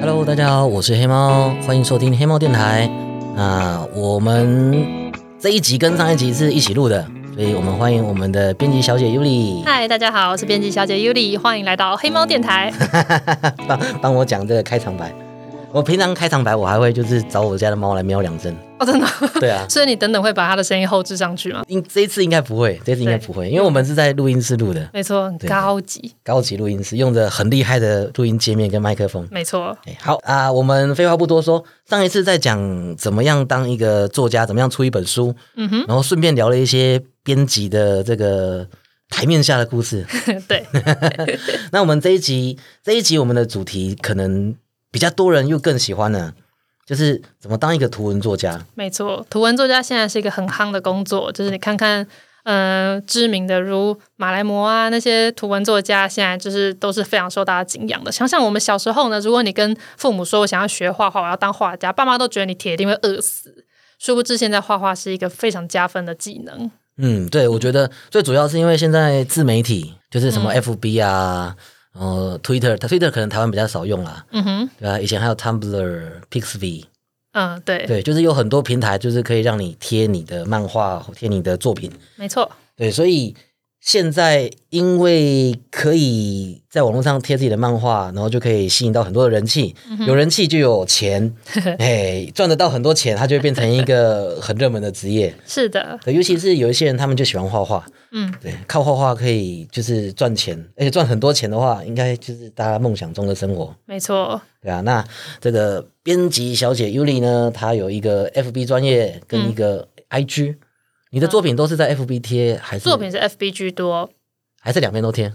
Hello，大家好，我是黑猫，欢迎收听黑猫电台。那我们这一集跟上一集是一起录的，所以我们欢迎我们的编辑小姐 Yuli 嗨，大家好，我是编辑小姐 Yuli，欢迎来到黑猫电台。嗯 帮帮我讲这个开场白。我平常开场白我还会就是找我家的猫来喵两声。 哦，真的， 对啊，所以你等等会把他的声音后置上去吗？应这一次应该不会，这次应该不会，因为我们是在录音室录的，没错，对高级，高级录音室，用着很厉害的录音界面跟麦克风。没错， 哎好啊、我们废话不多说，上一次在讲怎么样当一个作家，怎么样出一本书，嗯哼，然后顺便聊了一些编辑的这个台面下的故事。 对，那我们这一集，这一集我们的主题可能比较多人又更喜欢呢，就是怎么当一个图文作家。没错，图文作家现在是一个很夯的工作，就是你看看。呃，知名的如马来貘啊，那些图文作家，现在就是都是非常受大家敬仰的。想想我们小时候呢，如果你跟父母说我想要学画画，我要当画家，爸妈都觉得你铁定会饿死。殊不知，现在画画是一个非常加分的技能。嗯，对，我觉得最主要是因为现在自媒体就是嗯什么 FB 啊，呃，Twitter，Twitter 可能台湾比较少用啦，嗯哼，对吧、以前还有 Tumblr、Pixv，嗯，对，对，就是有很多平台，就是可以让你贴你的漫画、贴你的作品。没错，对，所以现在因为可以在网络上贴自己的漫画，然后就可以吸引到很多的人气，有人气就有钱，哎，赚得到很多钱，它就会变成一个很热门的职业。是的，对，尤其是有一些人，他们就喜欢画画，嗯，对，靠画画可以就是赚钱，而且赚很多钱的话，应该就是大家梦想中的生活。没错，对啊，那这个编辑小姐 Yuli 呢，她有一个 FB 专业跟一个 IG，、你的作品都是在 FB 贴还是嗯作品是 FB 居多。还是两边都贴？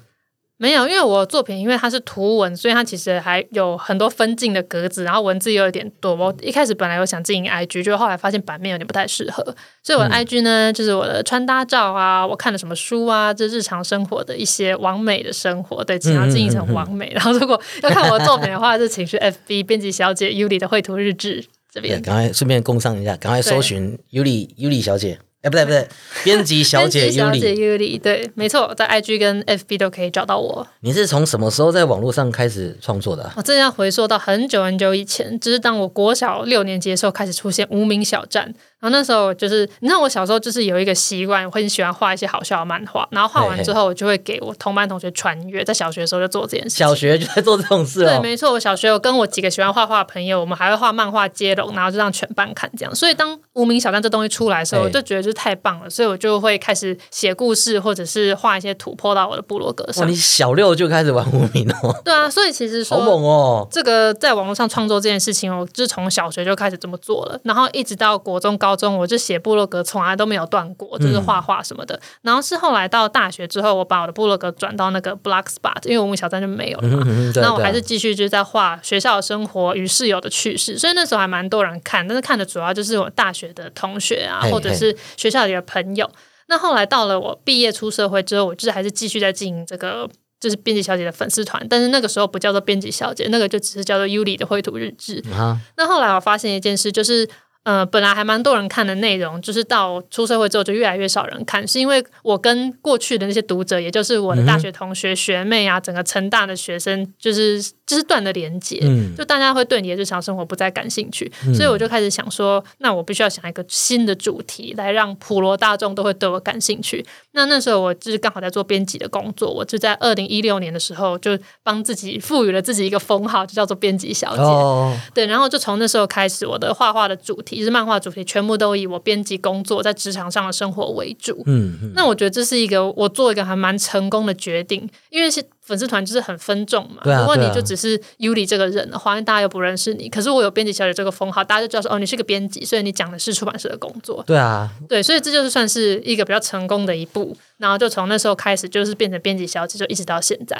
没有，因为我作品因为它是图文，所以它其实还有很多分镜的格子，然后文字又有点多。嗯我一开始本来有想经营 IG，就后来发现版面有点不太适合，所以我的 IG 呢，就是我的穿搭照啊，我看了什么书啊，这日常生活的一些完美的生活，对，想要经营成完美。然后如果要看我的作品的 话，就请去 FB 编辑小姐 Yuli 的绘图日志这对，边。赶快顺便供上一下，赶快搜寻 Yuli Yuli 小姐，哎，不对不对，编辑 小姐编辑小姐 Yuli， Yuli，对，没错，在 IG 跟 FB 都可以找到我。你是从什么时候在网络上开始创作的啊、我真的要回溯到很久很久以前，就是当我国小六年级的时候开始出现无名小站，然后那时候就是，你知道我小时候就是有一个习惯，我很喜欢画一些好笑的漫画，然后画完之后我就会给我同班同学传阅，在小学的时候就做这件事。小学就哦在做这种事对，哦。没错，我小学有跟我几个喜欢画画的朋友，我们还会画漫画接龙，然后就让全班看这样。所以当无名小站这东西出来的时候，哎我就觉得就是太棒了，所以我就会开始写故事，或者是画一些图泼到我的部落格哇，上你。小六就开始玩无名哦，对啊，所以其实说好猛哦！这个在网络上创作这件事情，我就是从小学就开始这么做了，然后一直到国中、高中，我就写部落格，从来都没有断过，就是画画什么的。然后是后来到大学之后，我把我的部落格转到那个 Blogspot，因为我们小站就没有了嘛。嗯嗯，对啊那我对啊还是继续就是在画学校的生活与室友的趣事，所以那时候还蛮多人看，但是看的主要就是我大学的同学啊嘿，或者是学校里的朋友。那后来到了我毕业出社会之后，我就是还是继续在经营这个就是编辑小姐的粉丝团，但是那个时候不叫做编辑小姐，那个就只是叫做 Yuli 的绘图日志。啊，那后来我发现一件事，就是呃，本来还蛮多人看的内容，就是到出社会之后就越来越少人看，是因为我跟过去的那些读者，也就是我的大学同学、学妹啊，整个成大的学生，就是就是断了连接。嗯就大家会对你的日常生活不再感兴趣，所以我就开始想说，那我必须要想一个新的主题来让普罗大众都会对我感兴趣。那那时候我就是刚好在做编辑的工作，我就在二零一六年的时候就帮自己赋予了自己一个封号，就叫做编辑小姐。哦，对，然后就从那时候开始，我的画画的主题就是漫画主题，全部都以我编辑工作在职场上的生活为主。嗯嗯，那我觉得这是一个我做一个还蛮成功的决定，因为是粉丝团就是很分众嘛。对啊如果对你啊就只是 Yuli 这个人的话，大家又不认识你。可是我有编辑小姐这个封号，大家就知道说哦，你是个编辑，所以你讲的是出版社的工作。对啊，对，所以这就是算是一个比较成功的一步。然后就从那时候开始，就是变成编辑小姐，就一直到现在。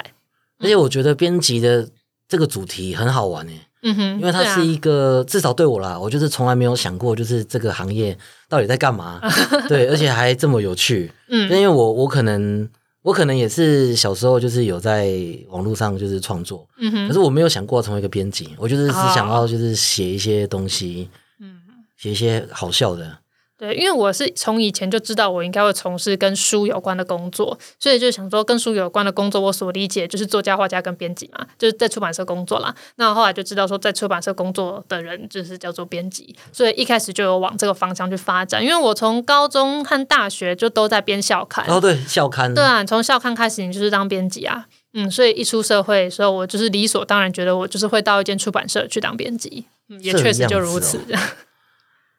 而且我觉得编辑的这个主题很好玩诶，嗯哼，因为它对啊是一个、至少对我啦，我就是从来没有想过，就是这个行业到底在干 嘛，对，而且还这么有趣。嗯因为我我可能我可能也是小时候就是有在网络上就是创作，嗯可哼，是我没有想过成为一个编辑，我就是只哦想要就是写一些东西，嗯。写一些好笑的。对，因为我是从以前就知道我应该会从事跟书有关的工作，所以就想说跟书有关的工作，我所理解就是作家、画家跟编辑嘛，就是在出版社工作啦。那后来就知道说，在出版社工作的人就是叫做编辑，所以一开始就有往这个方向去发展。因为我从高中和大学就都在编校刊，哦，对，校刊，哎对啊，你从校刊开始，你就是当编辑啊。嗯，所以一出社会的时候，我就是理所当然觉得我就是会到一间出版社去当编辑，嗯，也这确实样就子哦如此。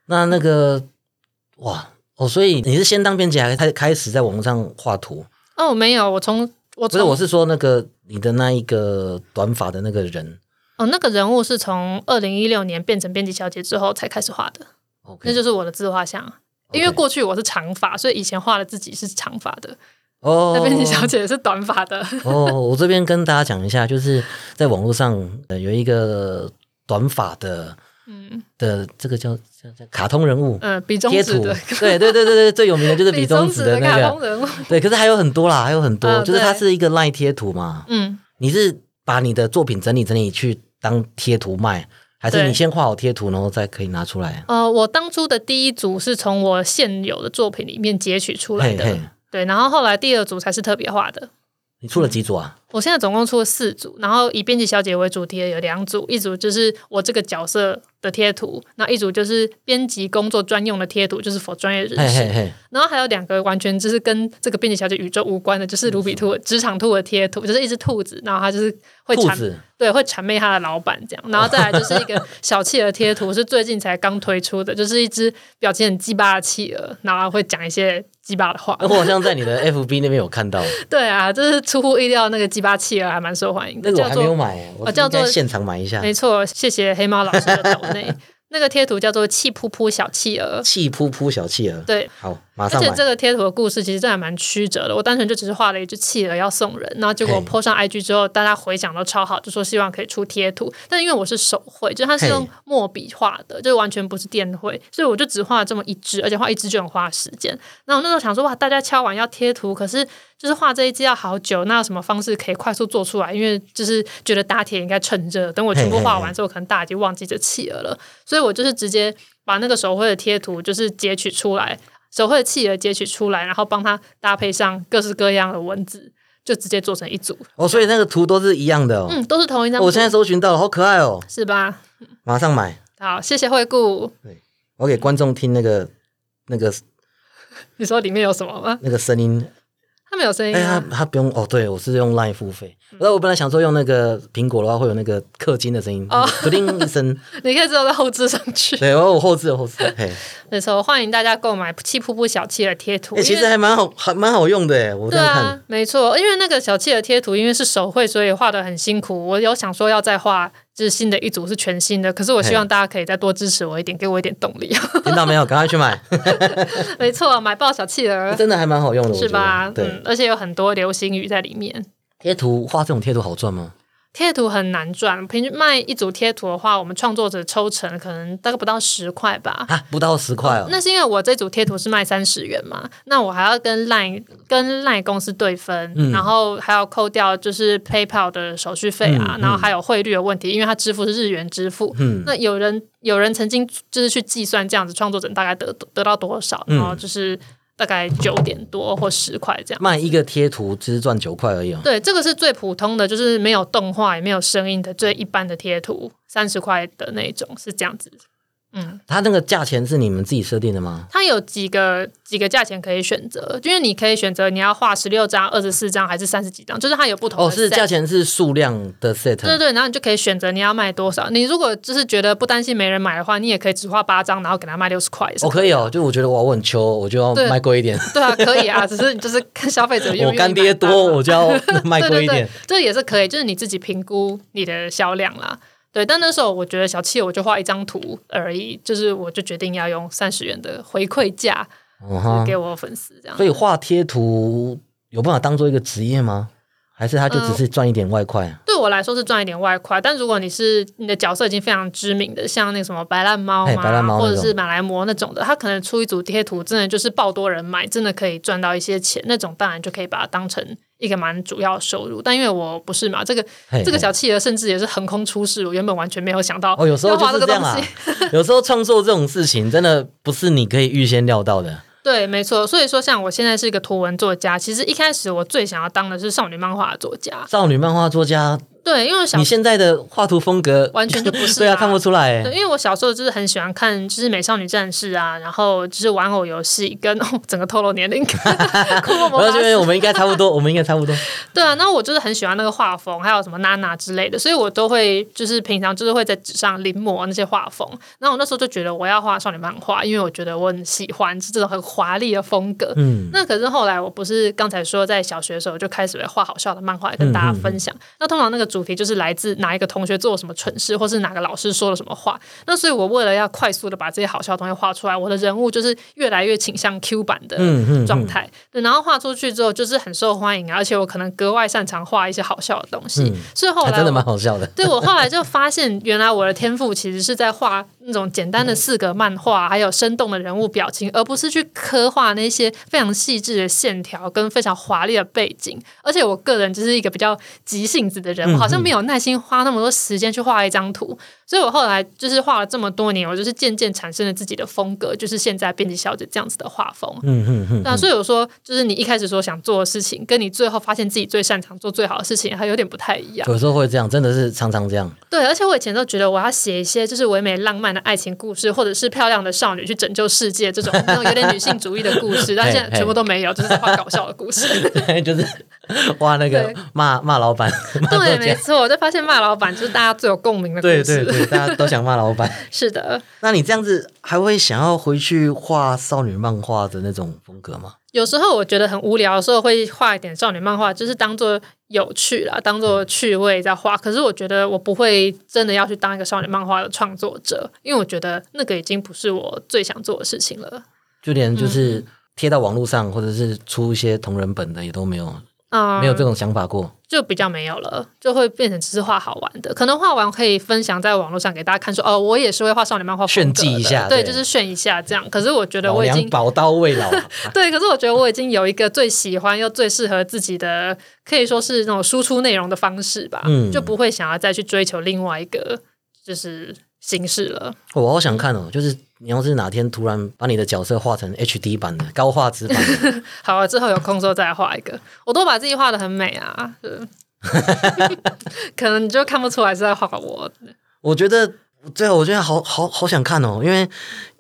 那那个哇哦，所以你是先当编辑，还开开始在网络上画图？哦，没有，我从我不是，从我是说那个你的那一个短发的那个人哦，那个人物是从二零一六年变成编辑小姐之后才开始画的， ，OK，那就是我的自画像。啊因为过去我是长发，所以以前画的自己是长发的，哦，那编辑小姐是短发的。哦，我这边跟大家讲一下，就是在网络上、呃、有一个短发的嗯的这个叫叫叫卡通人物。嗯，比中贴指图的，对对对对对，最有名的就是比中中指的的那卡通个，人物。对，可是还有很多啦，还有很多，嗯就是它对是一个赖贴图嘛。嗯，你是把你的作品整理整理去当贴图卖，还是对你先画好贴图，然后再可以拿出来？呃，我当初的第一组是从我现有的作品里面截取出来嘿的，嘿，对，然后后来第二组才是特别画的。你出了几组啊？我现在总共出了四组，然后以编辑小姐为主题的有两组，一组就是我这个角色的贴图，那一组就是编辑工作专用的贴图，嗯就是否专业人士。嘿嘿嘿，然后还有两个完全就是跟这个编辑小姐宇宙无关的，就是卢比兔职场兔的贴图，就是一只兔子，然后它就是会兔谄子对会谄媚它的老板这样。然后再来就是一个小企鹅贴图，是最近才刚推出的，就是一只表情很鸡巴的企鹅，然后会讲一些鸡巴的话。呃我好像在你的 FB 那边有看到，对啊，就是出乎意料，那个鸡巴企鹅还蛮受欢迎的，那个我叫还没有做买，我呃叫做应该现场买一下。没错，谢谢黑猫老师的抖 内。那个贴图叫做“气噗噗小企鹅气扑扑小企鹅”，，对，好，马而上且这买。个贴图的故事其实真的还蛮曲折的。我单纯就只是画了一只企鹅要送人，然后结果我嘿 po 上 IG 之后，大家回响都超好，就说希望可以出贴图。但因为我是手绘，就是它是嘿用墨笔画的，就完全不是电绘，所以我就只画了这么一只，而且画一只就很花时间。那我那时候想说，哇，大家敲完要贴图，可是就是画这一只要好久，那有什么方式可以快速做出来？因为就是觉得打铁应该趁热，等我全部嘿嘿画嘿完之后，可能大家已经忘记这企鹅了，所以我就是直接把那个手绘的贴图就是截取出来，手绘的企鹅截取出来，然后帮它搭配上各式各样的文字，就直接做成一组。哦，所以那个图都是一样的哦。嗯，都是同一张图，我现在搜寻到了，好可爱哦，是吧？马上买。好，谢谢惠顾。我给观众听那个那个你说里面有什么吗？那个声音，他们有声音哎，他啊？嗯他不用哦，对我是用 Line 付费。那我本来想说用那个苹果的话，会有那个氪金的声音，哦不叮一声。你可以之后在后置上去。对，然哦后我后置有 后置，嘿，没错，欢迎大家购买气瀑布小企鹅贴图。哎，其因为实还蛮好，还蛮好用的哎，我这对样看啊，没错，因为那个小企鹅贴图，因为是手绘，所以画的很辛苦。我有想说要再画，就是新的一组是全新的，可是我希望嘿大家可以再多支持我一点，给我一点动力。 听到没有？赶快去买，没错，买爆小企鹅真的还蛮好用的，我是觉得吧？嗯对，，而且有很多流星雨在里面。贴图画这种贴图好赚吗？贴图很难赚，平均卖一组贴图的话，我们创作者抽成可能大概不到十块吧。啊，不到十块哦。那是因为我这组贴图是卖三十元嘛，那我还要跟 Line 跟 Line 公司对分，嗯然后还要扣掉就是 PayPal 的手续费啊，嗯嗯然后还有汇率的问题，因为它支付是日元支付。嗯那有人有人曾经就是去计算这样子创作者大概得得到多少，嗯然后就是大概九点多或十块这样。卖一个贴图只是赚九块而已哦。对，这个是最普通的，就是没有动画也没有声音的最一般的贴图，三十块的那种是这样子。嗯，它那个价钱是你们自己设定的吗？它有几个几个价钱可以选择，因为你可以选择你要画十六张、二十四张还是三十几张，就是它有不同的哦，是呃 set 价。钱是数量的 set。对对对，然后你就可以选择你要卖多少。你如果就是觉得不担心没人买的话，你也可以只画八张，然后给他卖六十块。我、可以哦，就我觉得哇，我很穷，我就要对卖贵一 点。对啊，可以啊，只是你就是看消费者 愿不愿意我干买爹单多，嘛我就要 卖贵对对一对点。，这也是可以，就是你自己评估你的销量啦。对，但那时候我觉得小企鹅我就画一张图而已，就是我就决定要用三十元的回馈价嗯就是哼，给我粉丝这样。所以画贴图有办法当做一个职业吗？还是他就只是赚一点外快？啊对我来说是赚一点外快，但如果你是你的角色已经非常知名的，像那个什么白烂猫哎嘛，白烂猫那或种者是马来貘那种的，他可能出一组贴图，真的就是爆多人买，真的可以赚到一些钱，那种当然就可以把它当成一个蛮主要的收入。但因为我不是嘛，这个嘿这个嘿小企鹅甚至也是横空出世，我原本完全没有想到哦，有时候要画就是这个这东样啊西。。 有时候创作这种事情，真的不是你可以预先料到的。对，没错。所以说，像我现在是一个图文作家，其实一开始我最想要当的是少女漫画的作家。少女漫画作家，对，因为我小你现在的画图风格完全就不 是对啊，啊看不出来对，欸。因为我小时候就是很喜欢看，就是美少女战士啊，然后就是玩偶游戏跟、 哦、整个透露年龄，酷 我我魔法这师边我们应该差 不多，我们应该差不多。对啊，那我就是很喜欢那个画风，还有什么娜娜之类的，所以我都会就是平常就是会在纸上临摹那些画风。那我那时候就觉得我要画少女漫画，因为我觉得我很喜欢这种很华丽的风格。嗯，那可是后来我不是刚才说，在小学的时候就开始会画好笑的漫画来跟嗯大家分享。那通常那个主题就是来自哪一个同学做了什么蠢事，或是哪个老师说了什么话。那所以我为了要快速的把这些好笑的东西画出来，我的人物就是越来越倾向 Q 版的嗯嗯状态。对，然后画出去之后就是很受欢迎啊，而且我可能格外擅长画一些好笑的东西。所以后嗯还来真的蛮我。好笑的。 对我后来就发现，原来我的天赋其实是在画那种简单的嗯四格漫画，还有生动的人物表情，而不是去刻画那些非常细致的线条跟非常华丽的背景。而且我个人就是一个比较急性子的人，我好嗯像没有耐心花那么多时间去画一张图。所以我后来就是画了这么多年，我就是渐渐产生了自己的风格，就是现在编辑小姐这样子的画风。嗯嗯嗯，对啊，所以我说，就是你一开始所想做的事情，跟你最后发现自己最擅长做最好的事情，还有点不太一样。有时候会这样，真的是常常这样。对，而且我以前都觉得我要写一些就是唯美浪漫的爱情故事，或者是漂亮的少女去拯救世界这种那种有点女性主义的 故事，但现在全部都没有，就是在画搞笑的故事。对，就是 哇，那个对骂骂老 板，骂作对，没家，错，我就发现骂老板就是大家最有共鸣的故对事。对对，大家都想骂老板。 是的，那你这样子还会想要回去画少女漫画的那种风格吗？有时候我觉得很无聊的时候，会画一点少女漫画，就是当做有趣啦，嗯当做趣味在画。可是我觉得我不会真的要去当一个少女漫画的创作者，因为我觉得那个已经不是我最想做的事情了。就连就是嗯贴到网络上，或者是出一些同人本的，也都没有嗯，没有这种想法过。就比较没有了，就会变成只是画好玩的。可能画完可以分享在网络上给大家看说哦，我也是会画少女漫画风炫格的，技一下对，对就是炫一下这样。可是我觉得老我已娘经宝刀未老，啊 对，可是我觉得我已经有一个最喜欢又最适合自己的，可以说是那种输出内容的方式吧，嗯就不会想要再去追求另外一个就是形式了。我好想看哦！就是你要是哪天突然把你的角色画成 HD 版的高画质版的，好啊，之后有空之后再来画一个，我都把自己画的很美啊，是 可能你就看不出来是在画我。我觉得对啊，我觉得好好好想看哦，因为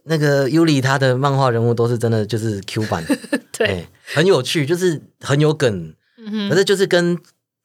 那个尤里他的漫画人物都是真的就是 Q 版， 对，嗯哎很有趣，就是很有梗，可是就是跟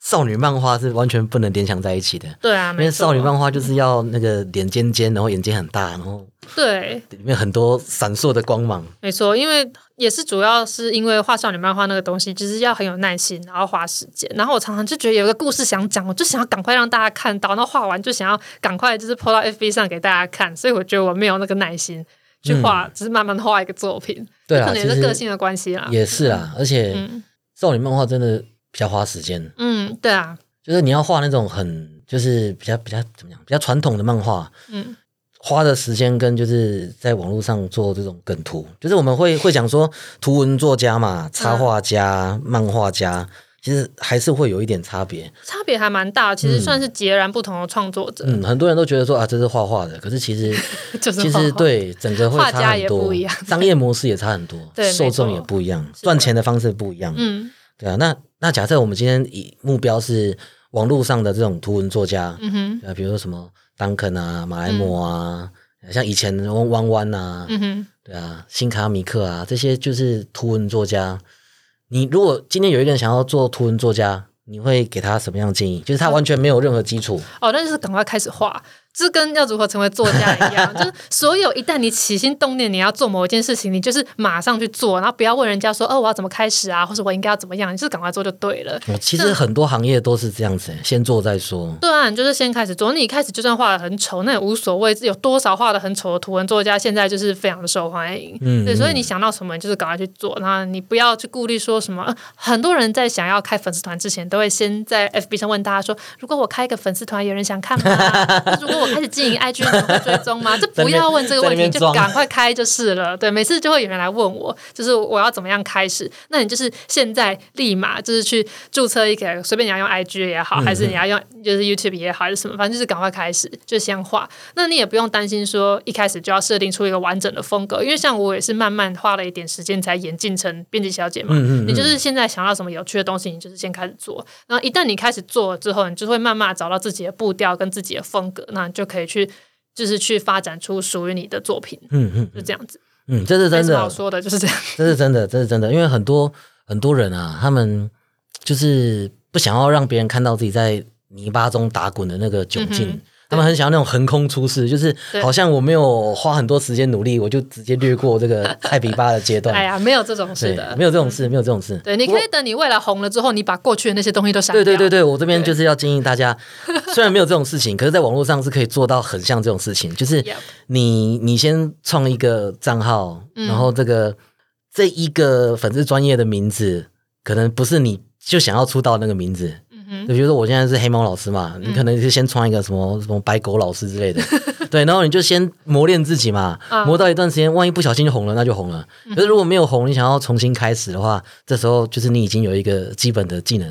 少女漫画是完全不能联想在一起的，对啊，因没为少女错漫画就是要那个脸尖尖，然后眼睛很大，然后对，里面很多闪烁的光芒。没错，因为也是主要是因为画少女漫画那个东西，就是要很有耐心，然后花时间。然后我常常就觉得有一个故事想讲，我就想要赶快让大家看到，然后画完就想要赶快就是 PO 到 FB 上给大家看，所以我觉得我没有那个耐心去画，只是慢慢画一个作品。嗯对可啊，能其也是实个性的关系啦。也是啦，而且嗯少女漫画真的比较花时间。嗯，对啊，就是你要画那种很就是比较比较怎么样，比较传统的漫画，嗯花的时间跟就是在网络上做这种梗图，就是我们会会讲说图文作家嘛、嗯插画家、漫画家，其实还是会有一点差别。差别还蛮大，其实算是截然不同的创作者，嗯嗯，很多人都觉得说啊，这是画画的，可是其实 就是其画实画。对整个会画差家也很多不一样，商业模式也差很多， 对没受众错也不一样，赚钱的方式不一样。嗯对啊，那那假设我们今天以目标是网络上的这种图文作家，嗯哼啊，比如说什么当肯啊、马来貘啊，像以前的弯弯啊，嗯哼，对啊，辛卡米克啊，这些就是图文作家。你如果今天有一个人想要做图文作家，你会给他什么样的建议？就是他完全没有任何基础，哦，那就是赶快开始画。这跟要如何成为作家一样，就是所有一旦你起心动念，你要做某一件事情，你就是马上去做，然后不要问人家说，哦，我要怎么开始啊，或者我应该要怎么样，你就是赶快做就对了。我其实很多行业都是这样子，先做再说。对啊，你就是先开始做。你一开始就算画的很丑，那也无所谓。有多少画的很丑的图文作家，现在就是非常的受欢迎。嗯对，所以嗯你想到什么，你就是赶快去做。然后你不要去顾虑说什么、呃很多人在想要开粉丝团之前，都会先在 FB 上问大家说：如果我开一个粉丝团，有人想 看吗？那如果我开始经营 IG，你们会追踪吗？就不要问这个问在那边题，就装赶快开就是了。对，每次就会有人来问我，就是我要怎么样开始？那你就是现在立马就是去注册一个，随便你要用 IG 也嗯好，还是你要用就是 YouTube 也好，还是什么，反正就是赶快开始，就先画。那你也不用担心说一开始就要设定出一个完整的风格，因为像我也是慢慢花了一点时间才演进成编辑小姐嘛。嗯嗯嗯你就是现在想到什么有趣的东西，你就是先开始做。然后一旦你开始做了之后，你就会慢慢找到自己的步调跟自己的风格，那你就可以去就是去发展出属于你的作品，嗯嗯就这样子。嗯，这是没真什么好的，说的，就是这样。这是真的，这是真的，因为很多很多人啊，他们就是不想要让别人看到自己在泥巴中打滚的那个窘境。嗯哼他们很想要那种横空出世，就是对好像我没有花很多时间努力，我就直接略过这个菜 比巴的阶段。哎呀，没有这种事对的，没有这种事，没有这种事。对，你可以等你未来红了之后，你把过去的那些东西都删掉。对对对对，对，我这边对就是要建议大 家，虽然没有这种事情，可是在网络上是可以做到很像这种事情，就是 Yep 你你先创一个账号，嗯然后这个这一个粉丝专业的名字，可能不是你就想要出道那个名字。嗯哼，就比如说我现在是黑猫老师嘛，你可能是先创一个什么什么白狗老师之 类的，对，然后你就先磨练自己嘛，啊嗯磨到一段时间，万一不小心就红了，那就红了。可是如果没有红，你想要重新开始的话，这时候就是你已经有一个基本的技能，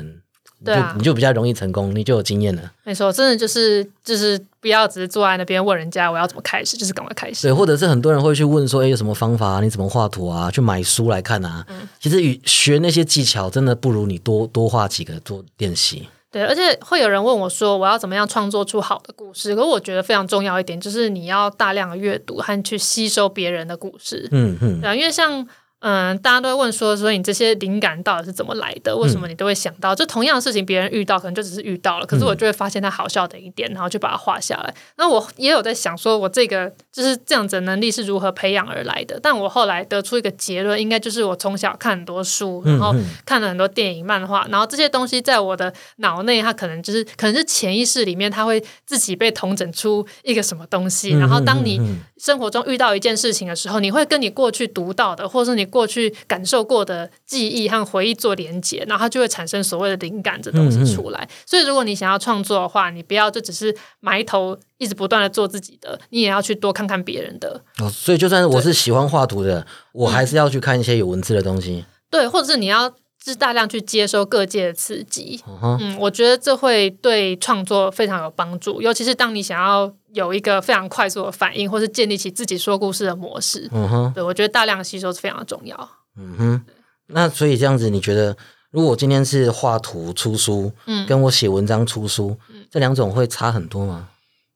你就对啊你就比较容易成功，你就有经验了。没哎错，真的就是就是不要只是坐在那边问人家我要怎么开始，就是赶快开始。对，或者是很多人会去问说，哎，有什么方法、啊？你怎么画图啊？去买书来看啊？嗯其实与学那些技巧，真的不如你多多画几个做练习。对，而且会有人问我说，我要怎么样创作出好的故事？可是我觉得非常重要一点，就是你要大量的阅读和去吸收别人的故事。嗯嗯对啊，因为像嗯，大家都会问说，所以你这些灵感到底是怎么来的？为什么嗯你都会想到？就同样的事情，别人遇到可能就只是遇到了，可是嗯我就会发现它好笑的一点，然后就把它画下来。那我也有在想，说我这个就是这样子的能力是如何培养而来的？但我后来得出一个结论，应该就是我从小看很多书，然后嗯看了很多电影、漫画，然后这些东西在我的脑内，它可能就是可能是潜意识里面，它会自己被统整出一个什么东西。然后当你嗯嗯嗯嗯生活中遇到一件事情的时候，你会跟你过去读到的，或是你过去感受过的记忆和回忆做连接，然后它就会产生所谓的灵感这东西出来。所以，如果你想要创作的话，你不要就只是埋头一直不断的做自己的，你也要去多看看别人的，哦，所以就算我是喜欢画图的，我还是要去看一些有文字的东西。对，或者是你要就是大量去接收各界的刺激。嗯哼，嗯，我觉得这会对创作非常有帮助，尤其是当你想要有一个非常快速的反应，或是建立起自己说故事的模式。嗯哼，对，我觉得大量的吸收是非常重要。嗯哼。那所以这样子，你觉得如果我今天是画图出书，嗯跟我写文章出书，这两种会差很多吗？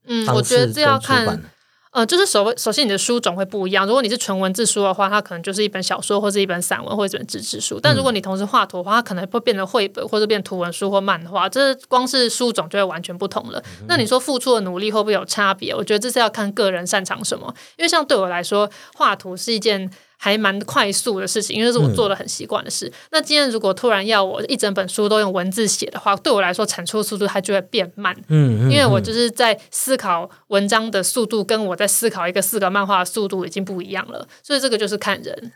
嗯，我方觉得式这跟要出看版，，呃，就是首首先你的书种会不一样。如果你是纯文字书的话，它可能就是一本小说或是一本散文或者一本纸质书；但如果嗯你同时画图的话，它可能会变成绘本或者变图文书或漫画。这光是书种就会完全不同了。嗯那你说付出的努力会不会有差别？我觉得这是要看个人擅长什么。因为像对我来说，画图是一件。还蛮快速的事情，因为这嗯是我做的很习惯的事。那今天如果突然要我一整本书都用文字写的话，对我来说产出速度它就会变慢。嗯嗯，因为我嗯就是在思考文章的速度，跟我在思考一个四个漫画的速度已经不一样了，所以这个就是看人。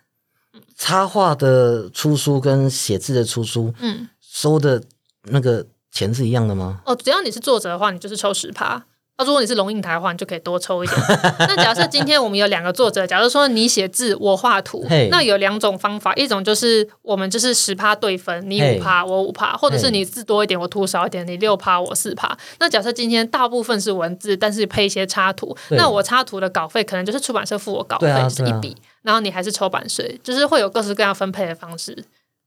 插画的出书跟写字的出书，嗯，收的那个钱是一样的吗？哦，只要你是作者的话，你就是抽十趴。那、如果你是龙应台的话，你就可以多抽一点。那假设今天我们有两个作者，假如说你写字，我画图嘿，那有两种方法，一种就是我们就是十趴对分，你嘿五趴，我五趴，或者是嘿你字多一点，我图少一点，你六趴，我四趴。那假设今天大部分是文字，但是配一些插图，对那我插图的稿费可能就是出版社付我稿费、对啊是对一啊笔，然后你还是抽版税，就是会有各式各样分配的方式，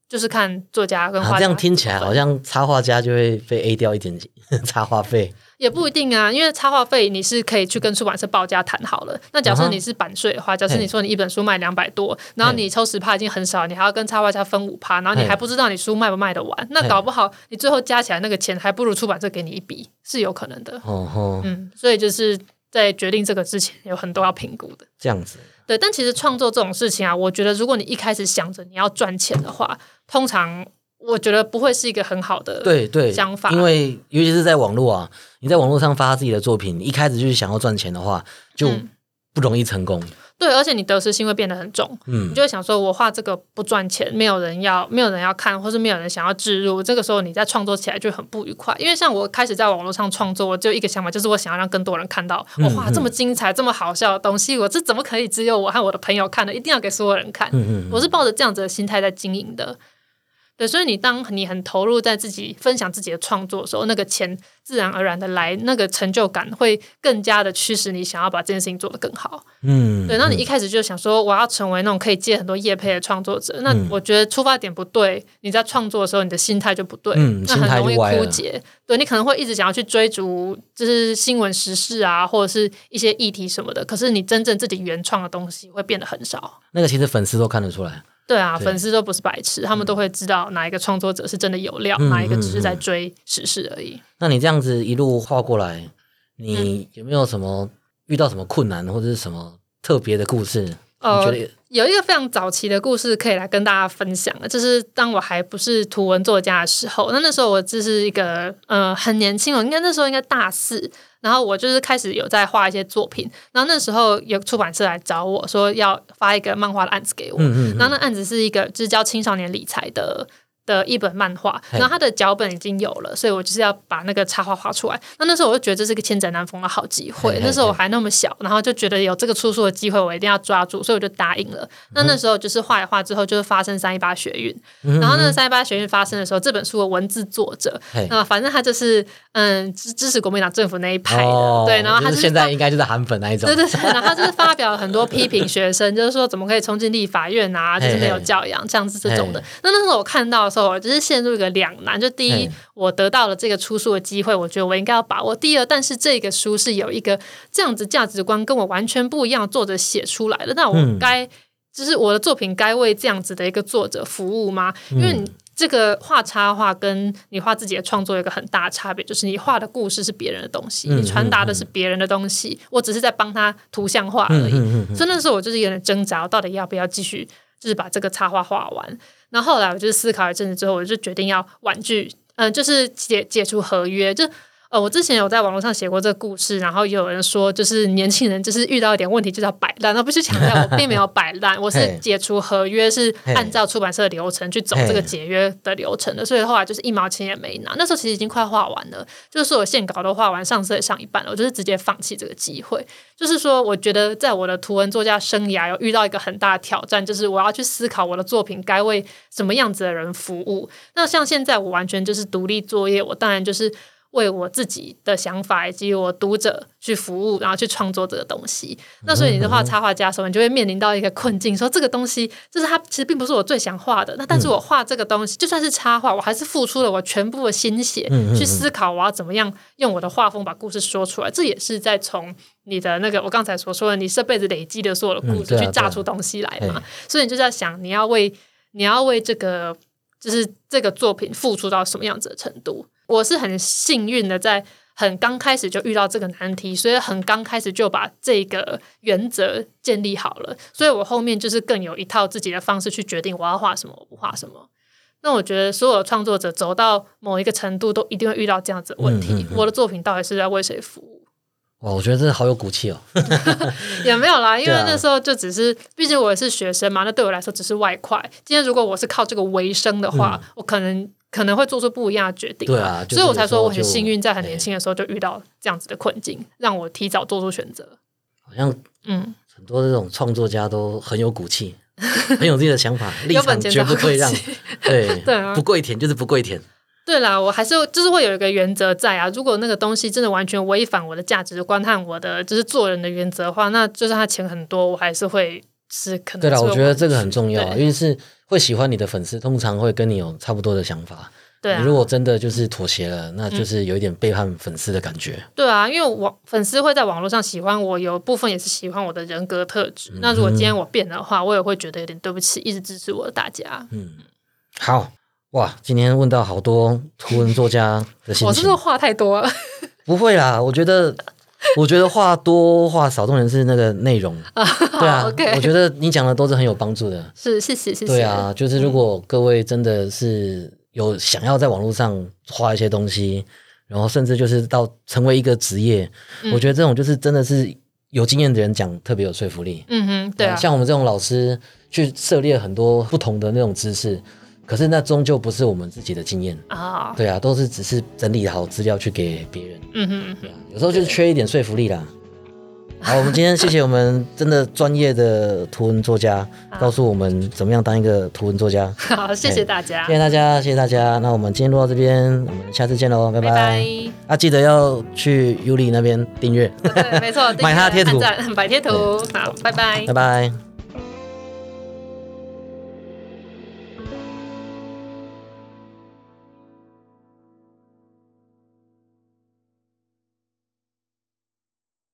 就是看作家跟画家、啊，这样听起来好像插画家就会被 A 掉一点 插画费。也不一定啊，因为插画费你是可以去跟出版社报价谈好了。那假设啊哈你是版税的话，假设你说你一本书卖两百多，然后你抽十趴已经很少，你还要跟插画家分五趴，然后你嘿还不知道你书卖不卖得完，那嘿搞不好你最后加起来那个钱还不如出版社给你一笔，是有可能的。哦吼，嗯，所以就是在决定这个之前，有很多要评估的。这样子，对，但其实创作这种事情啊，我觉得如果你一开始想着你要赚钱的话，通常我觉得不会是一个很好的。，对对，想法因为尤其是在网络啊，你在网络上发自己的作品，一开始就是想要赚钱的话，就嗯不容易成功。对，而且你得失心会变得很重。嗯你就会想说，我画这个不赚钱，没有人要，没有人要看，或是没有人想要置入。这个时候你在创作起来就很不愉快，因为像我开始在网络上创作，我只有一个想法，就是我想要让更多人看到，我画这么精彩、这么好笑的东西，我这怎么可以只有我和我的朋友看呢？一定要给所有人看。嗯嗯，我是抱着这样子的心态在经营的。对，所以你当你很投入在自己分享自己的创作的时候，那个钱自然而然的来，那个成就感会更加的驱使你想要把这件事情做得更好。嗯，对，那你一开始就想说我要成为那种可以接很多业配的创作者，嗯那我觉得出发点不对，你在创作的时候你的心态就不对，嗯那心态很就容易歪枯了竭。对你可能会一直想要去追逐，就是新闻时事啊，或者是一些议题什么的，可是你真正自己原创的东西会变得很少。那个其实粉丝都看得出来。对啊，对粉丝都不是白痴，他们都会知道哪一个创作者是真的有料，嗯哪一个只嗯是嗯在追时事而已。那你这样子一路画过来，嗯你有没有什么遇到什么困难或者是什么特别的故事？你觉呃，得有一个非常早期的故事可以来跟大家分享了，就是当我还不是图文作家的时候，那那时候我只是一个呃很年轻，我应该那时候应该大四，然后我就是开始有在画一些作品，然后那时候有出版社来找我说要发一个漫画的案子给我，嗯嗯然后那案子是一个就是教青少年理财的。的一本漫画，嘿然后它的脚本已经有了，所以我就是要把那个插画画出来。那那时候我就觉得这是个千载难逢的好机嘿会嘿，那时候我还那么小，然后就觉得有这个出书的机会，我一定要抓住，所以我就答应了。那那时候嗯就是画一画之后，就是发生三一八学运，然后那三一八学运发生的时候，这本书的文字作者嘿，那反正他就是嗯支支持国民党政府那一派的，哦，对，然后他就是是现在发。应该就是韩粉那一种对，对对，然后他就是发表了很多批评学生， 就是说怎么可以冲进立法院啊，就是没有教养，这样子这种的嘿。那那时候我看到的时候，我就是陷入一个两难，就第一嘿，我得到了这个出书的机会，我觉得我应该要把握；第二，但是这个书是有一个这样子价值观跟我完全不一样的作者写出来的，那嗯我该、就是我的作品该为这样子的一个作者服务吗？因嗯为你。这个画插画跟你画自己的创作有一个很大的差别，就是你画的故事是别人的东西，嗯你传达的是别人的东西，我只是在帮他图像化而嗯已。嗯嗯所以那时候我就是有点挣扎，我到底要不要继续，就是把这个插画画完。然后后来我就是思考一阵子之后，我就决定要婉拒，嗯、就是解解除合约。就呃，我之前有在网络上写过这个故事，然后也有人说，就是年轻人就是遇到一点问题就是要摆烂，那不是强调我并没有摆烂，我嘿是解除合约，是嘿按照出版社的流程去走嘿这个解约的流程的，所以后来就是一毛钱也没拿。那时候其实已经快画完了，就是所有线稿都画完，上色也上一半了，我就是直接放弃这个机会。就是说，我觉得在我的图文作家生涯有遇到一个很大的挑战，就是我要去思考我的作品该为什么样子的人服务。那像现在我完全就是独立作业，我当然就是为我自己的想法以及我读者去服务，然后去创作这个东西。那所以你在嗯画插画家的时候，你就会面临到一个困境，说这个东西就是它其实并不是我最想画的。那但嗯是我画这个东西，就算是插画，我还是付出了我全部的心血嗯嗯嗯去思考我要怎么样用我的画风把故事说出来。这也是在从你的那个我刚才所说的，你这辈子累积的所有的故嗯对事啊去对啊榨出东西来嘛。嘿所以你就在想，你要为你要为这个就是这个作品付出到什么样子的程度。我是很幸运的，在很刚开始就遇到这个难题，所以很刚开始就把这个原则建立好了。所以我后面就是更有一套自己的方式去决定我要画什么，我不画什么。那我觉得所有创作者走到某一个程度，都一定会遇到这样子的问题：嗯嗯嗯我的作品到底是在为谁服务？哇，我觉得真的好有骨气哦。也没有啦，因为对啊那时候就只是，毕竟我是学生嘛，那对我来说只是外快。今天如果我是靠这个为生的话，我可能可能会做出不一样的决定。嗯对啊就是所以我才说我有很时候就哎幸运，在很年轻的时候就遇到这样子的困境，让我提早做出选择。好像嗯，很多这种创作家都很有骨 气，很有自己的想法，立有本场钱绝不退让才有。对对啊不跪舔就是不跪舔。 对啦，我还是就是会有一个原则在啊。如果那个东西真的完全违反我的价值观和我的就是做人的原则的话，那就算他钱很多，我还是会是可能对是啦，会婉拒。我觉得这个很重要啊，因对为是会喜欢你的粉丝，通常会跟你有差不多的想法。对啊你如果真的就是妥协了，那就是有一点背叛粉丝的感觉。对啊，因为我粉丝会在网络上喜欢我，有部分也是喜欢我的人格特质。那如果嗯今天我变的话，我也会觉得有点对不起，一直支持我的大家。好哇，今天问到好多图文作家的心我是不是情。话太多了？ 不会啦，我觉得我觉得话多话少，重点是那个内容。对啊 OK 我觉得你讲的都是很有帮助的。是谢谢嗯谢谢，对啊，就是如果各位真的是有想要在网络上画一些东西，然后甚至就是到成为一个职业，嗯我觉得这种就是真的是有经验的人讲特别有说服力。嗯哼，对啊，像我们这种老师去涉猎很多不同的那种知识，可是那终究不是我们自己的经验。啊，对啊，都是只是整理好资料去给别人。嗯哼，对啊，有时候就是缺一点说服力啦。好，我们今天谢谢我们真的专业的图文作家，告诉我们怎么样当一个图文作家。好，谢哎谢大家谢，谢大家，谢谢大家。那我们今天录到这边，我们下次见喽，拜拜拜。拜。啊，记得要去 Yuli 那边订阅，对，没错，买他的贴图按赞摆贴图，好，拜拜拜。拜。